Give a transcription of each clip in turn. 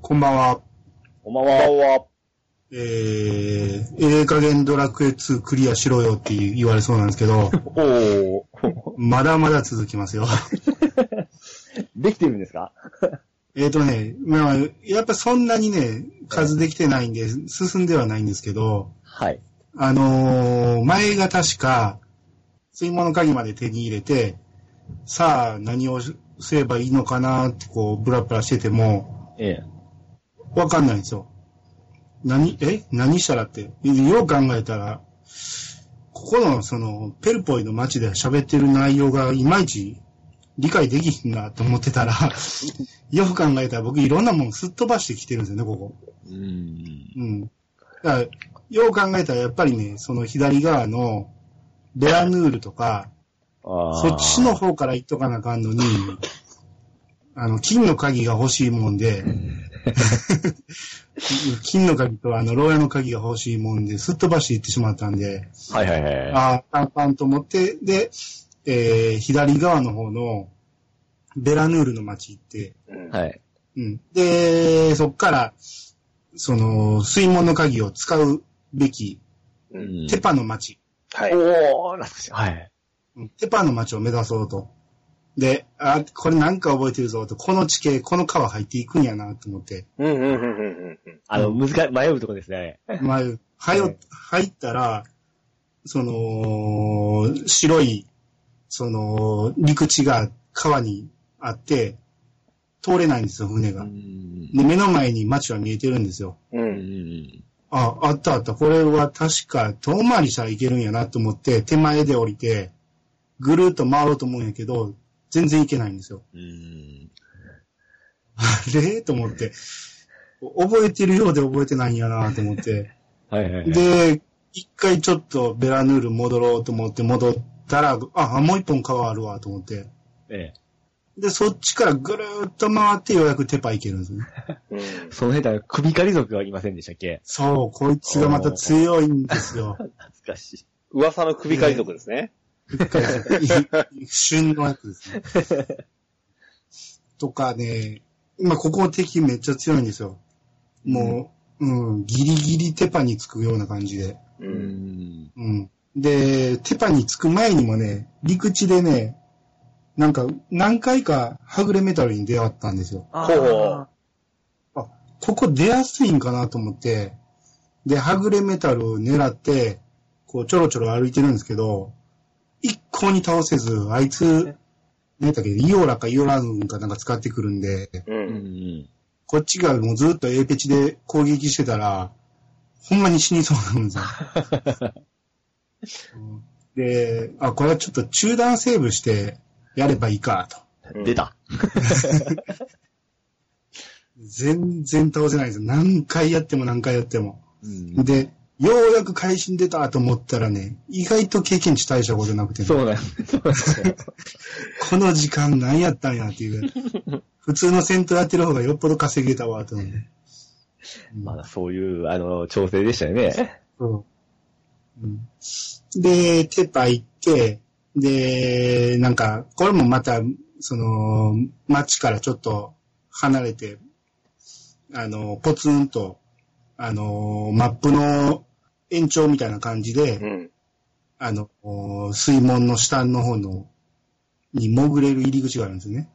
こんばんは。こんばんは。えー、ええ加減ドラクエ2クリアしろよって言われそうなんですけど、おおー。まだまだ続きますよ。 できてるんですかえっとね、まあ、やっぱそんなにね、数できてないんで、進んではないんですけど、はい。あのー前が確か、水物鍵まで手に入れて、さあ何をすればいいのかなってこう、ブラブラしてても、ええ。わかんないんですよ。何、え何したらって。よう考えたら、ここのその、ペルポイの街で喋ってる内容がいまいち理解できひんなと思ってたら、よく考えたら僕いろんなもんすっ飛ばしてきてるんですよね、ここ。うん。うん。だから、よう考えたらやっぱりね、その左側のベアヌールとか、ああ。そっちの。方から行っとかなあかんの に、あの、金の鍵が欲しいもんで、金の鍵とあの、牢屋の鍵が欲しいもんで、すっ飛ばして行ってしまったんで、はいはいはい。ああ、パンパンと思って、で、えー、左側の方のベラヌールの街行って、はい。うん。で、そっから、その、水門の鍵を使うべき、うんテパの町、はい。おお懐かしい。はい。うんテパの町を目指そうと。で、あ、これなんか覚えてるぞと、この地形、この川入っていくんやなと思って。うんうんうんうんうん。あの、難い、迷うとこですね。まあ、はよ、入ったら、その、白い、その、陸地が川にあって、通れないんですよ、船うが。んで、目の前に町は見えてるんですよ。う。うんん。あ、あったあった。これは確か遠回りしたらいけるんやなと思って、手前で降りて、ぐるっと回ろうと思うんやけど、全然行けないんですよ。うん。 あれと思って。覚えてるようで覚えてないんやなと思って。はいはいはい。で、一回ちょっとベラヌール戻ろうと思って戻ったら、あ、もう一本川あるわと思って。ええ。で、そっちからぐるっと回ってようやくテパ行けるんですね。うん。その辺だ、首狩り族はいませんでしたっけそう、こいつがまた強いんですよ。懐かしい。噂の首狩り族ですね。旬のやつですね。とかね、今ここ敵めっちゃ強いんですよ。もう、うん、ギリギリテパにつくような感じで。うう。ん。うん。で、テパにつく前にもね、陸地でね、なんか何回かはぐれメタルに出会ったんですよ。ほほう。ここ出やすいんかなと思って、で、はぐれメタルを狙って、こうちょろちょろ歩いてるんですけど、一向に倒せず、あいつ、何だっけ、イオラかイオラウンかなんか使ってくるんで、う。うんん。こっちがもうずっと A ペチで攻撃してたら、ほんまに死にそうなんですよ。 うんで、あ、これはちょっと中断セーブしてやればいいかと。うん出。た。全然倒せないんですよ。何回やっても何回やっても。うん。で、ようやく会心出たと思ったらね、意外と経験値大したことなくてね、そうなんそうなんですよ。この時間何やったんやって いう。普通の戦闘やってる方がよっぽど稼げたわ、と思って。まあ、そういう、あの、調整でしたよね。そううんで、テパ行って、で、なんか、これもまた、その、街からちょっと離れて、あの、ポツンと、あの、マップの延長みたいな感じで、うん。あの、お水門の下の方の、に潜れる入り口があるんですよね。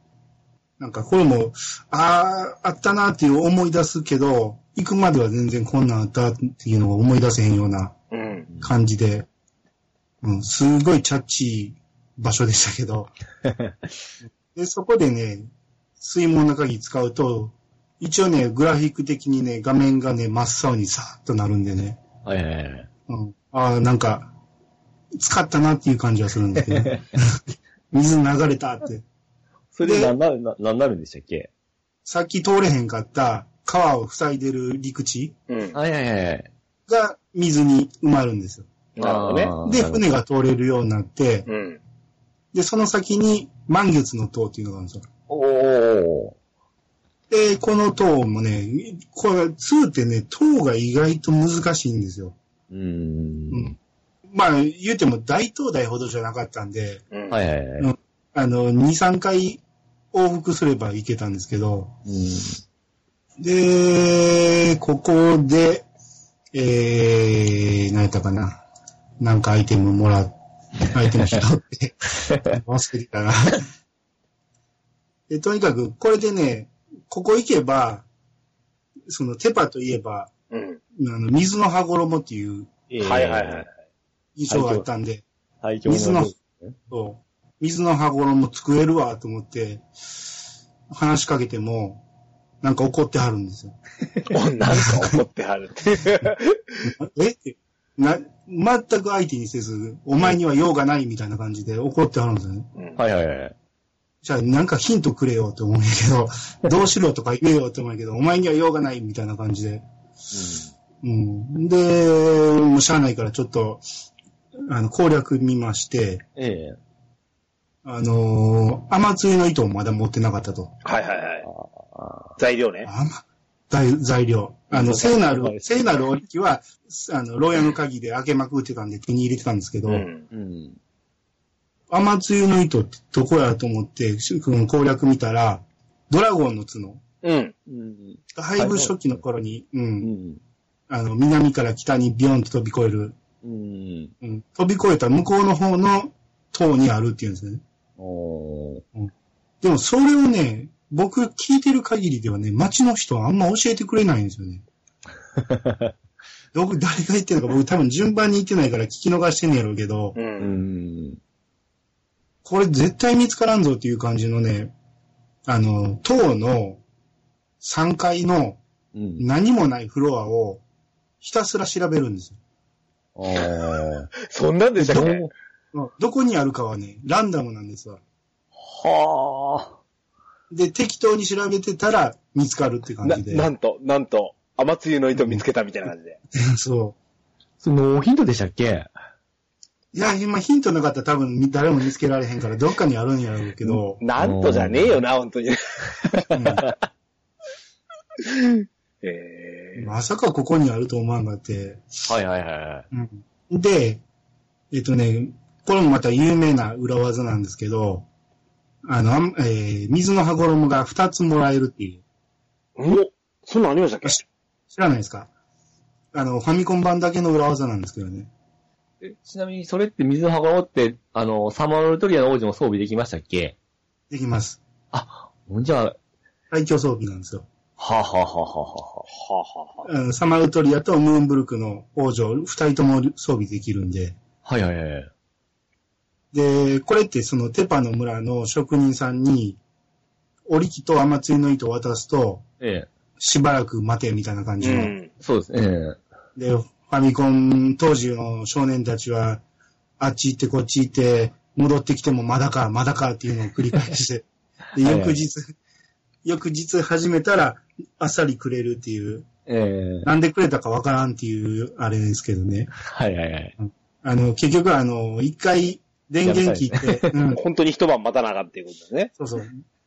なんかこれも、ああ、あったなっていう思い出すけど、行くまでは全然こんなんあったっていうのが思い出せへんようなうん。感じで、うん、すごいチャッチい場所でしたけ ど。で、そこでね、水門の鍵使うと、一応ね、グラフィック的にね、画面がね、真っ青にさーっとなるんでね。はいはいはい。うん、ああ、なんか、使ったなっていう感じはするんですけ ど。水流れたって。それでで何なる、な何なるんでしたっけさっき通れへんかった川を塞いでる陸地うん。はいはいはい。が水に埋まるんですよ。なるほどね。あーで、なるほど船が通れるようになって、うん。で、その先に満月の塔っていうのがあるんですよ。おー。で、この塔もね、これ、2ってね、塔が意外と難しいんですよ。うーん。まあ、言うても大灯台ほどじゃなかったんで、うん。。はいいはいはい。うんあの、2、3回往復すれば行けたんですけど、うんで、ここで、えー、何やったかな。なんかアイテムもらう、アイテム拾って、忘れてたな。でとにかく、これでね、ここ行けば、そのテパといえば、うん。あの水の羽衣っていうえーはいはいはい。。印象があったんで、最強水のの。、そう水の羽衣作れるわと思って、話しかけても、なんか怒ってはるんですよ。なんか怒ってはるっていう。 えって、な、全く相手にせず、お前には用がないみたいな感じで怒ってはるんですよね。うんはいはいはい。じゃあ、なんかヒントくれよって思うんやけど、 どうしろとか言えよって思うんやけど、お前には用がないみたいな感じで。うん。で、もうしゃあないからちょっと、あの、攻略見まして、ええ。あのー、雨露の糸をまだ持ってなかったと。はいはいはい。あ材料ね。あま、材材料。あの、聖なる、聖なる織機は、あの、牢屋の鍵で開けまくってたんで手に入れてたんですけど、うん。ーうん。雨露の糸ってどこやと思って、この攻略見たら、ドラゴンの角。うん。うん。配布初期の頃に、う、うんん。あの、南から北にビヨンと飛び越える、うん。うん、飛び越えた向こうの方の塔にあるっていうんですよね。おー。でもそれをね、僕聞いてる限りではね、街の人はあんま教えてくれないんですよね。僕、誰が言ってるのか、僕多分順番に言ってないから聞き逃してんねやろうけど、う。うんん。これ絶対見つからんぞっていう感じのね、あの、塔の3階のうん。何もないフロアをひたすら調べるんですよ。あー。そんなんでしたっけどううんどこにあるかはね、ランダムなんですわ。はで、適当に調べてたら見つかるって感なじで。なんと、なんと、雨露の糸見つけたみたいな感じで。そー。その、ヒントでしたっけう。いや、今ヒントなかったら多分誰も見つけられへんから、どっかにあるんやろうけど、なんとじゃねえよな、本当に。うんえまさかここにあると思わんかって。はいはいはい。で、えっとね、これもまた有名な裏技なんですけど、あの、あんえー水の羽衣が2つもらえるっていう。ー、おそんなんありましたっけ知らないですかあの、ファミコン版だけの裏技なんですけどね。えちなみに、それって水の箱って、あの、サマールトリアの王子も装備できましたっけできます。あ、ほんじゃあ、は最強装備なんですよ。あ、はあはあはあははあ、はあはあ、あのサマルトリアとムーンブルクの王女、二人とも装備できるんで。あ、はいはいはい。で、これってそのテパの村の職人さんに、織り機と雨露の糸を渡すと、ええ。しばらく待てみたいな感うじの。ん。そうですね。えで、ファミコン当時の少年たちは、あっち行ってこっち行って、戻ってきてもまだか、まだかっていうのを繰り返して、ではいはい翌日、翌日始めたら、あっさりくれるっていう、え。ええ。なんでくれたかわからんっていう、あれですけどね。はいはいはい。あの、結局あの、一回電源切って、うん、本当に一晩待たなあかんっていうことだね。そうそう。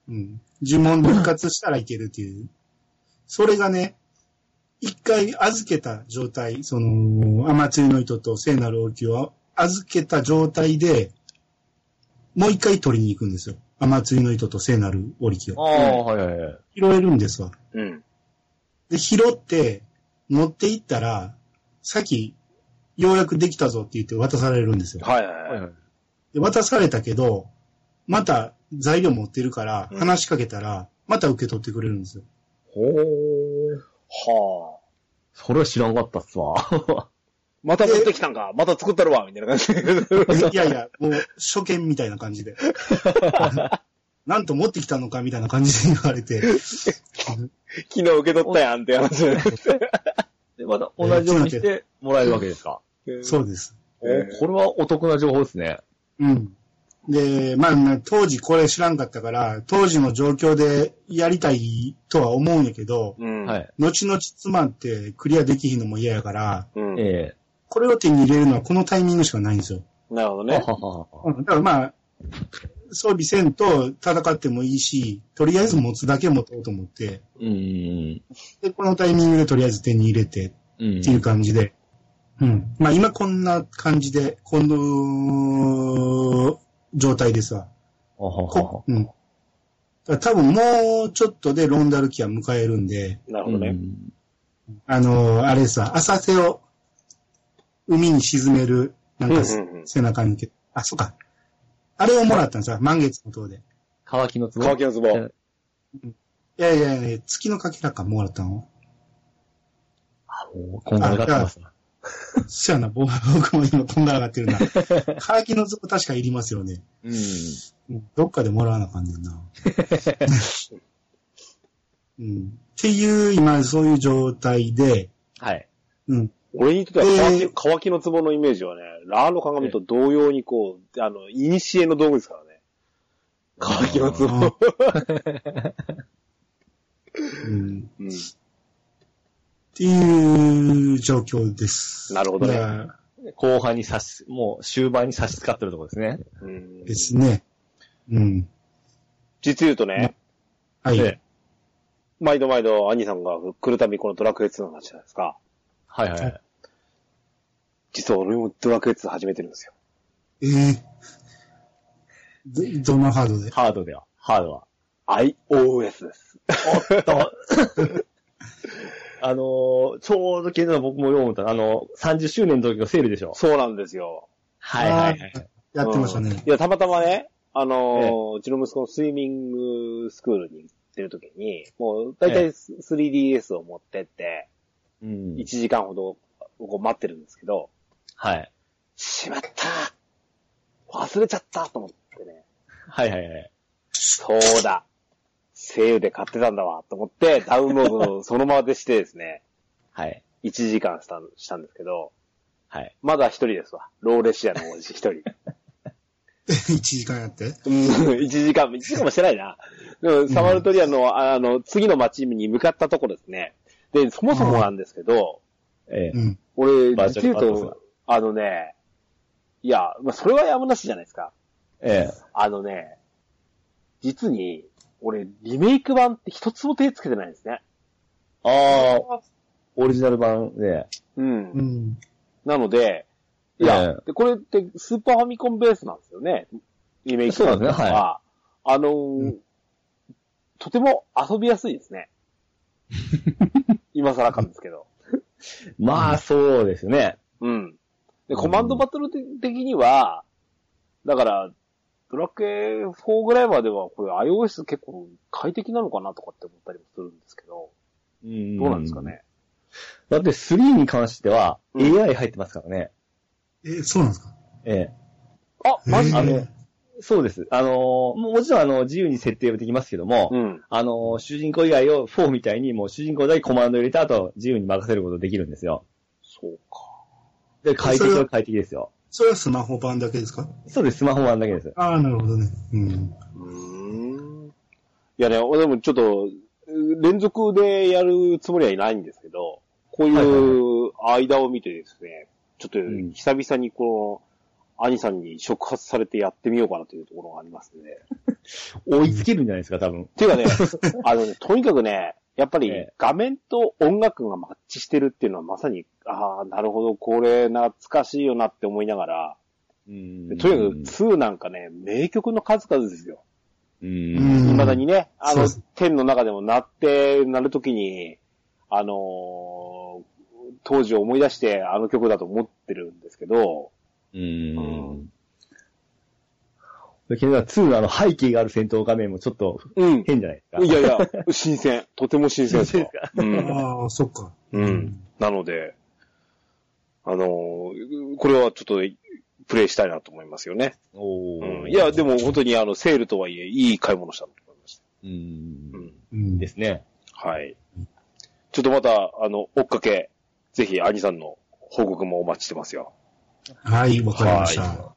うん。呪文で復活したらいけるっていう。それがね、一回預けた状態、その、アマチュの糸と聖なる王宮を預けた状態で、もう一回取りに行くんですよ。アマチュの糸と聖なる王宮あを。あ、はいはいはい。拾えるんですわ。うん。で、拾って、持って行ったら、さっき、ようやくできたぞって言って渡されるんですよ。はいはいはいはい。はい。で渡されたけど、また材料持ってるから、うん話しかけたら、また受け取ってくれるんですよ。ほー。はあ。それは知らんかったっすわ。また持ってきたんか、また作ったるわ、みたいな感じ で。いやいや、もう、初見みたいな感じ で。なんと持ってきたのかみたいな感じで言われて。昨日受け取ったやんって話。で、また 同じようにしてもらえるわけですか。そうです。おーこれはお得な情報ですね。うん。で、まあ、まあ当時これ知らんかったから、当時の状況でやりたいとは思うんやけど、うん。はい。後々つまってクリアできひんのも嫌やから、うん。えこれを手に入れるのはこのタイミングしかないんですよ。なるほどえ。ね。ははは。うん、だからまあ、装備せんと戦ってもいいし、とりあえず持つだけ持とうと思って、うん。で、このタイミングでとりあえず手に入れてっうんていう感じで、うん。まあ今こんな感じで、この状態ですわ。ははははこうん、だから多分もうちょっとでロンダル期は迎えるんで、なるほうどね。んあの、あれさ、浅瀬を海に沈める、なんかうんうんうん背中にけ、あ、そうか。あれをもらったんさ、満月の塔で。乾きの壺。乾きのズボン。いやいやいや、月のかけらかもらったの。あもうこんがらがってますわ。そうやな、僕僕も今こんがらがってるな。乾きの壺確かいりますよね。うん。どっかでもらわなあかんねんな。 うん、っていう、今、そういう状態で、はい。うん、俺にとっては乾き,、えー乾きの壺のイメージはね、ラーの鏡と同様にこう、あの、いにしえの道具ですからね。乾きの壺。うん、うん。っていう状況です。なるほどねだから後半に差し、もう終盤に差し掛かってるところですね。うんですね。うん。実言うとね、はい。ええ毎度毎度兄さんが来るたびこのドラクエ2の話じゃないですか。はいはいはい。実は俺もドラクエ2始めてるんですよ。ええど、どのハードでハードでは。ハードは。 iOS です。 あのーちょうど昨日僕もよう思った。あのー、30周年の時のセールでしょ。そうなんですよ。はいはいはい。やってましたねうん。いや、たまたまね、あのーえうちの息子のスイミングスクールに行ってる時に、もう、だいたい 3DS を持ってって、うん1。時間ほどこう待ってるんですけど、はい。しまった忘れちゃったと思ってね。はいはいはい。そうだセールで買ってたんだわと思って、ダウンロードをそのままでしてですね、はい。 1時間したんしたんですけど、はい。まだ一人ですわ。ローレシアのおじ一人。 1時間やって。 うん、1時間、1時間もしてないな。でもサマルトリアの、あの、次の街に向かったとこですね。で、そもそもなんですけど、ええ。うん。俺、バーチ実ャル言パーうトさんと、あのね、いや、まあ、それはやむなしじゃないですか。ええ。あのね、実に、俺、リメイク版って一つも手つけてないんですね。ああ、オリジナル版で。うう。んん。なので、いや、えでこれってスーパーファミコンベースなんですよね。リメイク版っていのそうですねはあのーうんとても遊びやすいですね。今更かんですけど。まあ、そうですね。うん。で、コマンドバトル的には、だから、ドラクエ4ぐらいまでは、これ iOS 結構快適なのかなとかって思ったりもするんですけど、うんどうなんですかね。だって3に関してはうん AI 入ってますからね。え、そうなんですかえあ、マジあで、のえ。そうです。あのーももちろんあの、自由に設定はできますけども、うん。あのー主人公以外を4みたいにもう主人公だけコマンド入れた後、自由に任せることできるんですよ。そうか。で、快適は快適ですよ。それはスマホ版だけですかそうです、スマホ版だけです。ああ、なるほどね。うん。うーん。いやね、俺もちょっと、連続でやるつもりはいないんですけど、こうはいはいいう間を見てですね、ちょっとん久々にこの、兄さんに触発されてやってみようかなというところがありますね。追いつけるんじゃないですか、多分。っていうかね、 あのね、とにかくね、やっぱりええ画面と音楽がマッチしてるっていうのはまさに、ああ、なるほど、これ懐かしいよなって思いながら、うんでとにかく2なんかね、名曲の数々ですよ。ううんん。未だにね、あのそうで、天の中でも鳴って、鳴るときに、あのー当時を思い出してあの曲だと思ってるんですけど、うん。だけど、2のあの背景がある戦闘画面もちょっとうん。変じゃないですか。いやいや、新鮮。とても新鮮です新よ鮮で。うん。ああ、そっか。うん。なので、あのーこれはちょっと、プレイしたいなと思いますよね。おうーん、いや、でも本当にあの、セールとはいえ、いい買い物したと思いました。うんう。ん。うん。ですね。はい。ちょっとまた、あの、追っかけ、ぜひ、兄さんの報告もお待ちしてますよ。はい、わかりました。は